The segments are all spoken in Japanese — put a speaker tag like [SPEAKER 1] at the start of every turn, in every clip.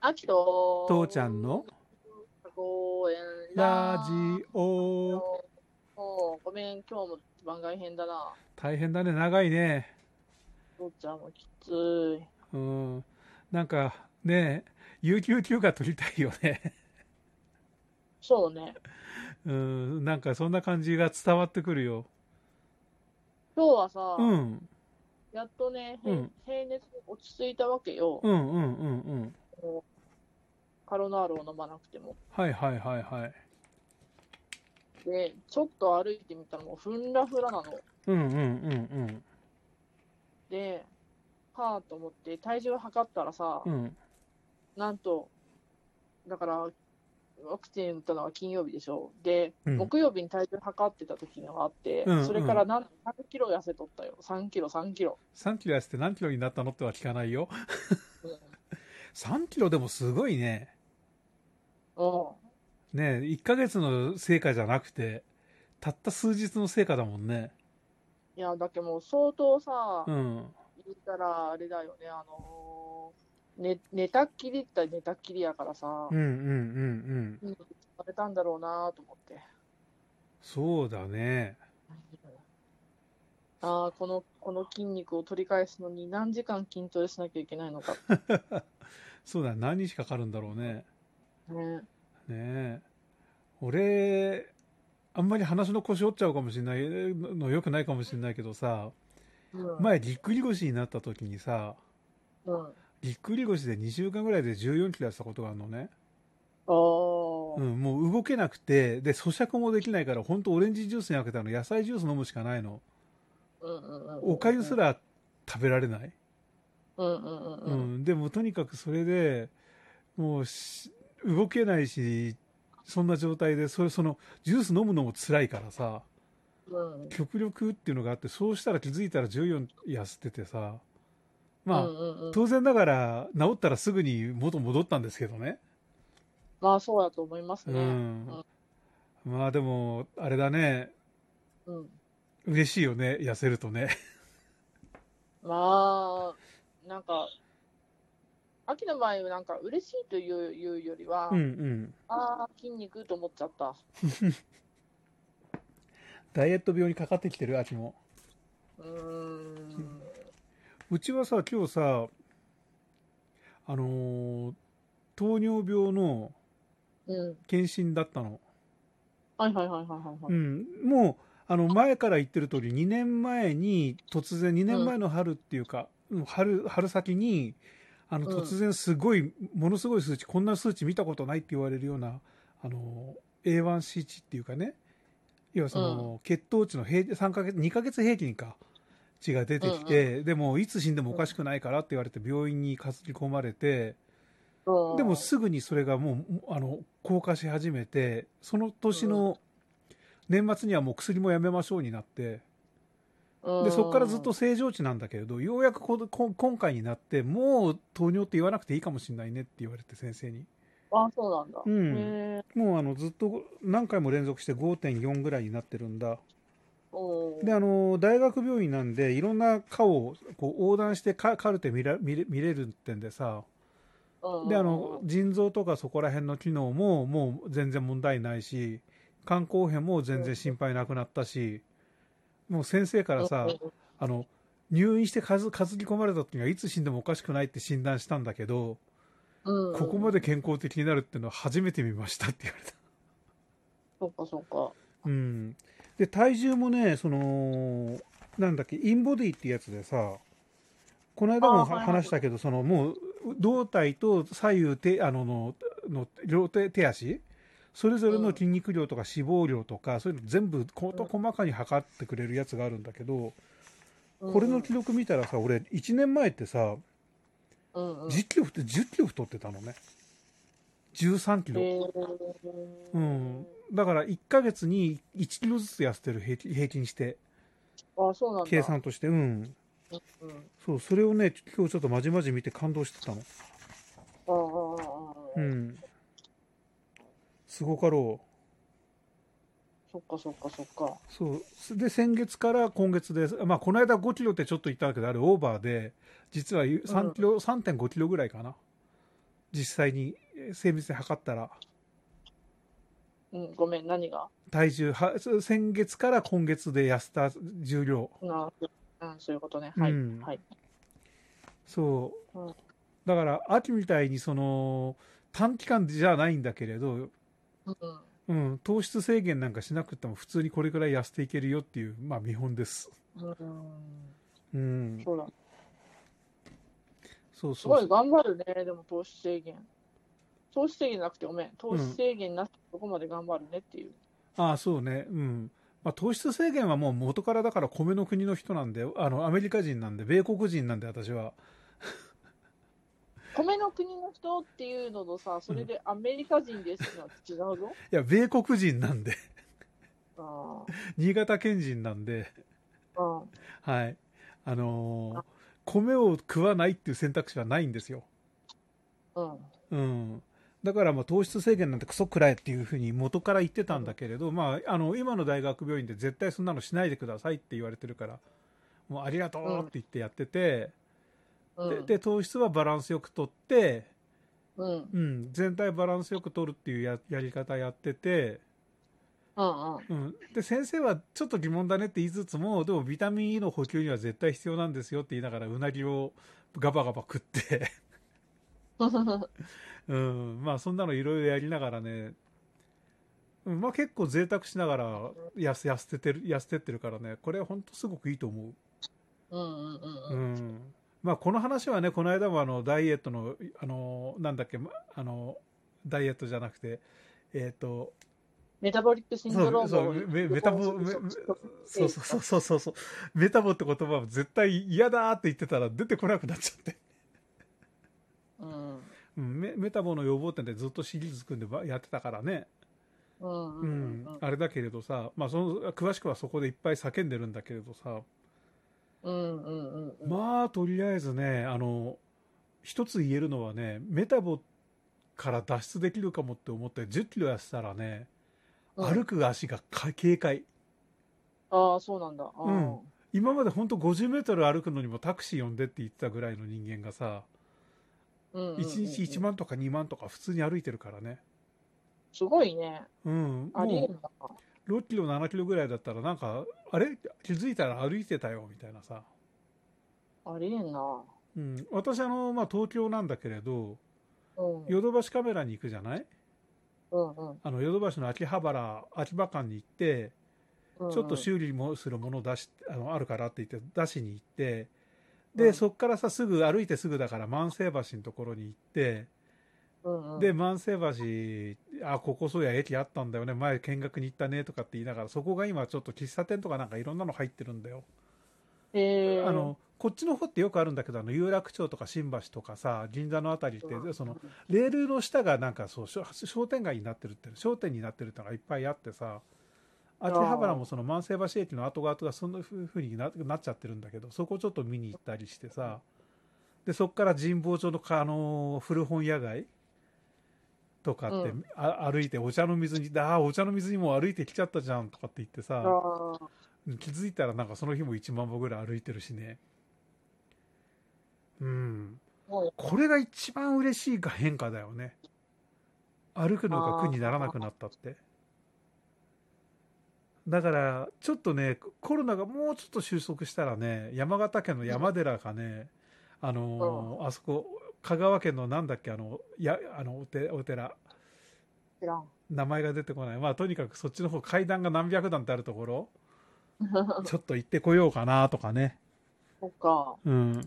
[SPEAKER 1] 秋と
[SPEAKER 2] 父ちゃんの
[SPEAKER 1] 公園
[SPEAKER 2] ラジオ
[SPEAKER 1] おうごめん、今日も番外編だな。
[SPEAKER 2] 大変だね長いね
[SPEAKER 1] 父ちゃんもきつい。
[SPEAKER 2] うんなんかね有給休暇取りたいよね
[SPEAKER 1] そうね。
[SPEAKER 2] うんなんかそんな感じが伝わってくるよ
[SPEAKER 1] 今日はさ、
[SPEAKER 2] うん
[SPEAKER 1] やっとね、
[SPEAKER 2] う
[SPEAKER 1] 平
[SPEAKER 2] ん
[SPEAKER 1] 平熱落ち着いたわけよ。
[SPEAKER 2] うんうんうんうん
[SPEAKER 1] もうカロナールを飲まなくても。
[SPEAKER 2] はいはいはいはい
[SPEAKER 1] で、ちょっと歩いてみたらもうふんらふらなの。
[SPEAKER 2] うんうんうん
[SPEAKER 1] で、はぁと思って体重測ったらさ、
[SPEAKER 2] うんうん
[SPEAKER 1] なんと、だから、ワクチン打ったのは金曜日でしょ。で、
[SPEAKER 2] うん
[SPEAKER 1] 木曜日に体重測ってた時のがあって、
[SPEAKER 2] うん
[SPEAKER 1] それからなん3キロ痩せとったよ。3キロ、3キロ。
[SPEAKER 2] 3キロ痩せて何キロになったのっては聞かないよ
[SPEAKER 1] うん。
[SPEAKER 2] 3キロでもすごいね
[SPEAKER 1] うん
[SPEAKER 2] ね1ヶ月の成果じゃなくてたった数日の成果だもんね
[SPEAKER 1] いや、だけどもう相当さ、
[SPEAKER 2] うん
[SPEAKER 1] 言ったらあれだよね、あのーね、寝たっきりって寝たっきりやからさ
[SPEAKER 2] うんうんう、んうん
[SPEAKER 1] うん、疲れたんだろうなと思って。
[SPEAKER 2] そうだね
[SPEAKER 1] ああ、この、この筋肉を取り返すのに何時間筋トレしなきゃいけないのか。
[SPEAKER 2] そうだ何日かかるんだろうね
[SPEAKER 1] ね、
[SPEAKER 2] ねえ俺あんまり話の腰折っちゃうかもしれないのよくないかもしれないけどさ
[SPEAKER 1] うん、
[SPEAKER 2] 前ぎっくり腰になった時にさ
[SPEAKER 1] うん。あ
[SPEAKER 2] ぎっくり腰で2週間ぐらいで1 4キロやってたことがあるのね、
[SPEAKER 1] あ
[SPEAKER 2] う
[SPEAKER 1] ー、
[SPEAKER 2] ん、もう動けなくてで咀嚼もできないから本当オレンジジュースにあけたの野菜ジュース飲むしかないの
[SPEAKER 1] うんうんうん。
[SPEAKER 2] おかゆすら食べられない、
[SPEAKER 1] うんうんうん
[SPEAKER 2] う
[SPEAKER 1] うん。
[SPEAKER 2] ん、でもとにかくそれでもうし動けないしそんな状態でそれそのジュース飲むのも辛いからさ
[SPEAKER 1] うん
[SPEAKER 2] 極力っていうのがあってそうしたら気づいたら14痩せててさまあ、
[SPEAKER 1] うんうんうん、
[SPEAKER 2] 当然ながら治ったらすぐに元戻ったんですけどね
[SPEAKER 1] まあそうやと思います
[SPEAKER 2] う
[SPEAKER 1] ね。
[SPEAKER 2] ん、まあでもあれだね
[SPEAKER 1] うん。
[SPEAKER 2] 嬉しいよね痩せるとね
[SPEAKER 1] まあ、なんか、秋の場合はなんか嬉しいといういうよりは、
[SPEAKER 2] うんうん
[SPEAKER 1] ああ、筋肉と思っちゃった。
[SPEAKER 2] ダイエット病にかかってきてる秋も
[SPEAKER 1] うーん。
[SPEAKER 2] うちはさ今日さあのー糖尿病の
[SPEAKER 1] うん。
[SPEAKER 2] 検診だったの、
[SPEAKER 1] はいはいはいはいはいは
[SPEAKER 2] う
[SPEAKER 1] い。
[SPEAKER 2] ん、もうあの前から言ってる通り2年前に突然2年前の春っていうか、うん春春先にあの
[SPEAKER 1] うん
[SPEAKER 2] 突然すごい、ものすごい数値こんな数値見たことないって言われるようなあの A1C 値っていうかね要はその、血糖値の平3ヶ月2ヶ月平均か値が出てきて、でもいつ死んでもおかしくないからって言われて病院に担ぎ込まれて、
[SPEAKER 1] そう
[SPEAKER 2] でもすぐにそれがもうあの硬化し始めてその年の年末にはもう薬もやめましょうになってでそこからずっと、正常値なんだけれどようやくこのこ今回になってもう糖尿って言わなくていいかもしれないねって言われて先生に
[SPEAKER 1] うんああ、そうなんだ。
[SPEAKER 2] うん
[SPEAKER 1] へえ。
[SPEAKER 2] もうあのずっと何回も連続して5.4ぐらいになってるんだ
[SPEAKER 1] おー
[SPEAKER 2] であの大学病院なんでいろんな科をこう横断してカカルテ見ら見れ見れるってんでさ
[SPEAKER 1] うん
[SPEAKER 2] であの腎臓とかそこら辺の機能ももう全然問題ないし肝硬変も全然心配なくなったしもう先生からさあの入院してかず担ぎ込まれた時にはいつ死んでもおかしくないって診断したんだけど
[SPEAKER 1] うん、
[SPEAKER 2] ここまで健康的になるっていうのは初めて見ましたって言われた。
[SPEAKER 1] そっかそっか。
[SPEAKER 2] うん、で体重もねそのなんだっけインボディってやつでさこの間も
[SPEAKER 1] あーはいはい
[SPEAKER 2] 話したけどそのもう胴体と左右手あののの両手手足それぞれの筋肉量とか脂肪量とか、そういうの全部こと細かに測ってくれるやつがあるんだけど、
[SPEAKER 1] うん
[SPEAKER 2] これの記録見たらさ俺1年前ってさ
[SPEAKER 1] うんうん、
[SPEAKER 2] 1 0キロ太って1 0キロ太ってたのね1 3キロ、
[SPEAKER 1] へえ
[SPEAKER 2] うん、だから1ヶ月に1キロずつ痩せてる平均平均して
[SPEAKER 1] ああ、そうなんだ。
[SPEAKER 2] 計算としてうん
[SPEAKER 1] うん。あ
[SPEAKER 2] そうそれをね今日ちょっとまじまじ見て感動してたの
[SPEAKER 1] あああ
[SPEAKER 2] う
[SPEAKER 1] あ、ああ
[SPEAKER 2] んすごかろう
[SPEAKER 1] そっかそっかそっか。
[SPEAKER 2] そうで先月から今月でまあこの間5キロってちょっと言ったけどあれオーバーで実は3キロ、3.5キロぐらいかな実際にえー精密に測ったら、
[SPEAKER 1] うん、ごめん、何が
[SPEAKER 2] 体重は、先月から今月で痩せた重量。
[SPEAKER 1] なうん、そういうことね。はい。
[SPEAKER 2] うん
[SPEAKER 1] はい。
[SPEAKER 2] そう、
[SPEAKER 1] うん
[SPEAKER 2] だから秋みたいにその短期間じゃないんだけれど、
[SPEAKER 1] うん。
[SPEAKER 2] うん、糖質制限なんかしなくても普通にこれくらい痩せていけるよっていう、まあ、見本です、
[SPEAKER 1] うん、
[SPEAKER 2] うん、
[SPEAKER 1] そうだ。
[SPEAKER 2] そう
[SPEAKER 1] す
[SPEAKER 2] そ
[SPEAKER 1] ご
[SPEAKER 2] う
[SPEAKER 1] い頑張るね、でも糖質制限。糖質制限なくてごめん。糖質制限なくてどこまで頑張るねっていう。
[SPEAKER 2] ああそうねうん、まあ、糖質制限はもう元からだから米の国の人なんであのアメリカ人なんで米国人なんで私は
[SPEAKER 1] 米の国の人っていうのとさ、それでアメリカ人ですってのは違 うぞ。
[SPEAKER 2] いや米国人なんで
[SPEAKER 1] あ
[SPEAKER 2] 新潟県人なんで
[SPEAKER 1] あ、うん。
[SPEAKER 2] はいあのー米を食わないっていう選択肢はないんですよ
[SPEAKER 1] うん。
[SPEAKER 2] うん、だからまあ糖質制限なんてクソくらえっていうふうに元から言ってたんだけれど、まあ、あの今の大学病院で絶対そんなのしないでくださいって言われてるからもうありがとうって言ってやってて、
[SPEAKER 1] う
[SPEAKER 2] で
[SPEAKER 1] ん。
[SPEAKER 2] で糖質はバランスよくとって、
[SPEAKER 1] うん。うん。
[SPEAKER 2] うん、全体バランスよくとるっていうややり方やってて、
[SPEAKER 1] うん。
[SPEAKER 2] うん、で先生はちょっと疑問だねって言いつつもでもビタミン E の補給には絶対必要なんですよって言いながらうなぎをガバガバ食って。うん、まあそんなのいろいろやりながらね、うん、まあ結構贅沢しながら痩せ痩せてる痩せてってるからねこれは本当すごくいいと思
[SPEAKER 1] うんうん
[SPEAKER 2] う、
[SPEAKER 1] う
[SPEAKER 2] う
[SPEAKER 1] ん。
[SPEAKER 2] んまあ、この話はねこの間もあのダイエットのあのなんだっけまあのダイエットじゃなくてえっ、と
[SPEAKER 1] メタボリックシンドローム
[SPEAKER 2] そう
[SPEAKER 1] を
[SPEAKER 2] そうメメタボメメそうそうそうそうそうそうメタボって言葉は絶対嫌だーって言ってたら出てこなくなっちゃって
[SPEAKER 1] うん。
[SPEAKER 2] うんメメタボの予防点でずっとシリーズ組んでばやってたからね
[SPEAKER 1] うん。う
[SPEAKER 2] うんん。あれだけれどさ、まあ、その詳しくはそこでいっぱい叫んでるんだけれどさ、
[SPEAKER 1] うん。うん。うん。
[SPEAKER 2] まあとりあえずねあの一つ言えるのはねメタボから脱出できるかもって思って1 0キロ痩せたらね、歩く足がか軽快
[SPEAKER 1] ああ、そうなんだ。あー
[SPEAKER 2] うん今まで本当50メートル歩くのにもタクシー呼んでって言ってたぐらいの人間がさ、
[SPEAKER 1] うん。
[SPEAKER 2] 1日1。万とか2万とか普通に歩いてるからね
[SPEAKER 1] すごいね。
[SPEAKER 2] うん
[SPEAKER 1] ありえ
[SPEAKER 2] も
[SPEAKER 1] るな。
[SPEAKER 2] う6キロ7キロぐらいだったらなんかあれ気づいたら歩いてたよみたいなさ
[SPEAKER 1] ありえんな。
[SPEAKER 2] うん、私あの、まあ、東京なんだけれど
[SPEAKER 1] うん。
[SPEAKER 2] ヨドバシカメラに行くじゃない
[SPEAKER 1] うんうん
[SPEAKER 2] あのヨドバシの秋葉原秋葉館に行って
[SPEAKER 1] うん。
[SPEAKER 2] ちょっと修理もするものを出しあのあるからって言って出しに行って
[SPEAKER 1] う
[SPEAKER 2] で
[SPEAKER 1] ん
[SPEAKER 2] そっからさすぐ歩いてすぐだから万世橋のところに行って
[SPEAKER 1] うんうん
[SPEAKER 2] で万世橋あここそういや駅あったんだよね前見学に行ったねとかって言いながらそこが今ちょっと喫茶店とかなんかいろんなの入ってるんだよ
[SPEAKER 1] えー
[SPEAKER 2] あのこっちの方ってよくあるんだけどあの有楽町とか新橋とかさ銀座のあたりって
[SPEAKER 1] うん
[SPEAKER 2] そのレールの下がなんかそう商商店街になってるって商店になってるってのがいっぱいあってさ秋葉原もその万世橋駅の後側とかそんなふうにななっちゃってるんだけどそこちょっと見に行ったりしてさでそこから神保町のかあのー古本屋街とかって、
[SPEAKER 1] うん
[SPEAKER 2] あ歩いてお茶の水にあーお茶の水にもう歩いてきちゃったじゃんとかって言って
[SPEAKER 1] あ
[SPEAKER 2] さ
[SPEAKER 1] ー
[SPEAKER 2] 気づいたらなんかその日も1万歩ぐらい歩いてるしねうん
[SPEAKER 1] すごい
[SPEAKER 2] これが一番嬉しいが変化だよね歩くのが苦にならなくなったってだからちょっとねコロナがもうちょっと収束したらね山形県の山寺がね、あのーあそこ香川県のなんだっけあのやあのおてお寺
[SPEAKER 1] 知らん
[SPEAKER 2] 名前が出てこないまあとにかくそっちの方階段が何百段ってあるところちょっと行ってこようかなとかね
[SPEAKER 1] そっか。
[SPEAKER 2] うん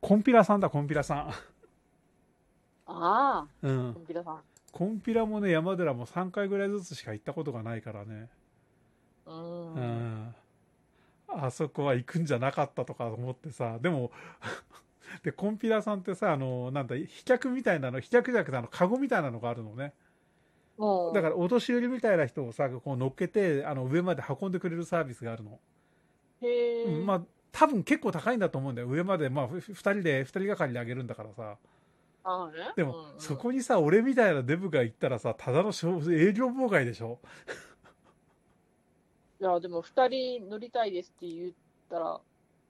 [SPEAKER 2] コンピラさんだコンピラさ
[SPEAKER 1] あ
[SPEAKER 2] んうん
[SPEAKER 1] あ、コンピラさん。
[SPEAKER 2] コンピラもね、山寺も3回ぐらいずつしか行ったことがないからね。
[SPEAKER 1] う。
[SPEAKER 2] うんん。あそこは行くんじゃなかったとか思ってさ、でも、 で、コンピラさんってさ、あの、なんだ、飛脚みたいなの、飛脚じゃなくて、あの、カゴみたいなのがあるのね。
[SPEAKER 1] もう、
[SPEAKER 2] だから、お年寄りみたいな人をさ、こう乗っけて、あの、上まで運んでくれるサービスがあるの。
[SPEAKER 1] へえ。
[SPEAKER 2] まあ、多分結構高いんだと思うんだよ。上まで、まあ、ふ二人で、二人がかりであげるんだからさ。
[SPEAKER 1] あーね
[SPEAKER 2] でも
[SPEAKER 1] う、ん
[SPEAKER 2] そこにさ、俺みたいなデブが行ったらさ、ただの商営業妨害でしょ
[SPEAKER 1] いや、でも、二人乗りたいですって言ったら、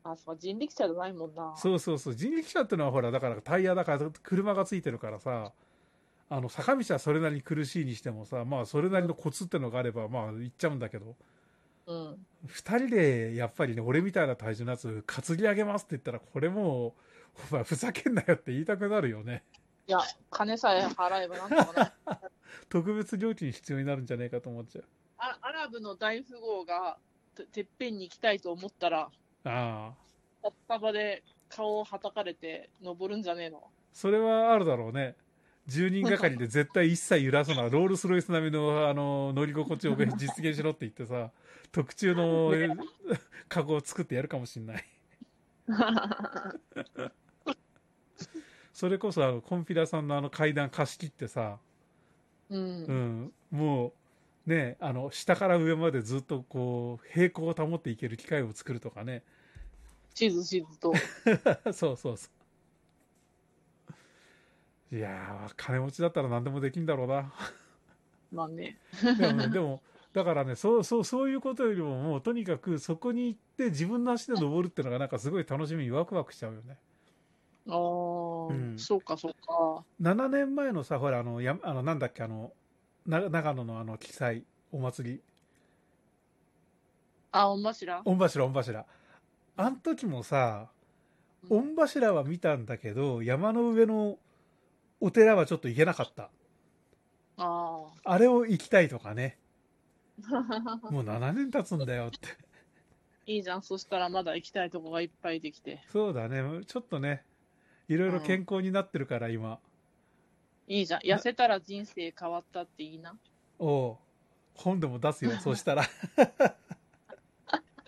[SPEAKER 1] あ、そう、人力車じゃないもんな。
[SPEAKER 2] そうそうそう人力車ってのはほらだからタイヤだから車がついてるからさあの坂道はそれなりに苦しいにしてもさまあそれなりのコツってのがあればまあ行っちゃうんだけど
[SPEAKER 1] うん。
[SPEAKER 2] 2人でやっぱりね俺みたいな体重のやつ担ぎ上げますって言ったらこれもうお前ふざけんなよって言いたくなるよね
[SPEAKER 1] いや、金さえ払えばなんとかなる
[SPEAKER 2] 特別料金必要になるんじゃねえかと思っちゃう
[SPEAKER 1] あアラブの大富豪がててっぺんに行きたいと思ったら、
[SPEAKER 2] ああ
[SPEAKER 1] スタバで顔をはたかれて登るんじゃねえ の
[SPEAKER 2] それはあるだろうね10人がかりで絶対一切揺らさないロールスロイス並みのあの乗り心地を実現しろって言ってさ特注のえカゴを作ってやるかもしんないそれこそあのコンピラさんのあの階段貸し切ってさ、
[SPEAKER 1] うん。
[SPEAKER 2] うん、もうねあの下から上までずっとこう平行を保っていける機械を作るとかね
[SPEAKER 1] しずしずと。
[SPEAKER 2] そうそうそういやー金持ちだったら何でもできんだろうな
[SPEAKER 1] まあね。
[SPEAKER 2] でもね、でもだからねそうそうそういうことよりももうとにかくそこに行って自分の足で登るっていうのがなんかすごい楽しみにワクワクしちゃうよね
[SPEAKER 1] ああ、
[SPEAKER 2] うん
[SPEAKER 1] そうかそうか。
[SPEAKER 2] 7年前のさほらあのやあのなんだっけあのな長野のあの記載お祭り
[SPEAKER 1] あ、おんばしら
[SPEAKER 2] 御柱御柱あん時もさ御柱は見たんだけど山の上のお寺はちょっと行けなかった
[SPEAKER 1] あ
[SPEAKER 2] あれを行きたいとかね
[SPEAKER 1] あ。
[SPEAKER 2] もう7年経つんだよって
[SPEAKER 1] いいじゃん。そしたらまだ行きたいとこがいっぱいできて。
[SPEAKER 2] そうだねちょっとねいろいろ健康になってるから今、
[SPEAKER 1] いいじゃん。痩せたら人生変わったっていいな。
[SPEAKER 2] おう本でも出すよそうしたら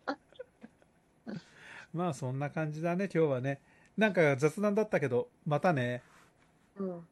[SPEAKER 2] まあそんな感じだね今日はねなんか雑談だったけどまたね
[SPEAKER 1] うん。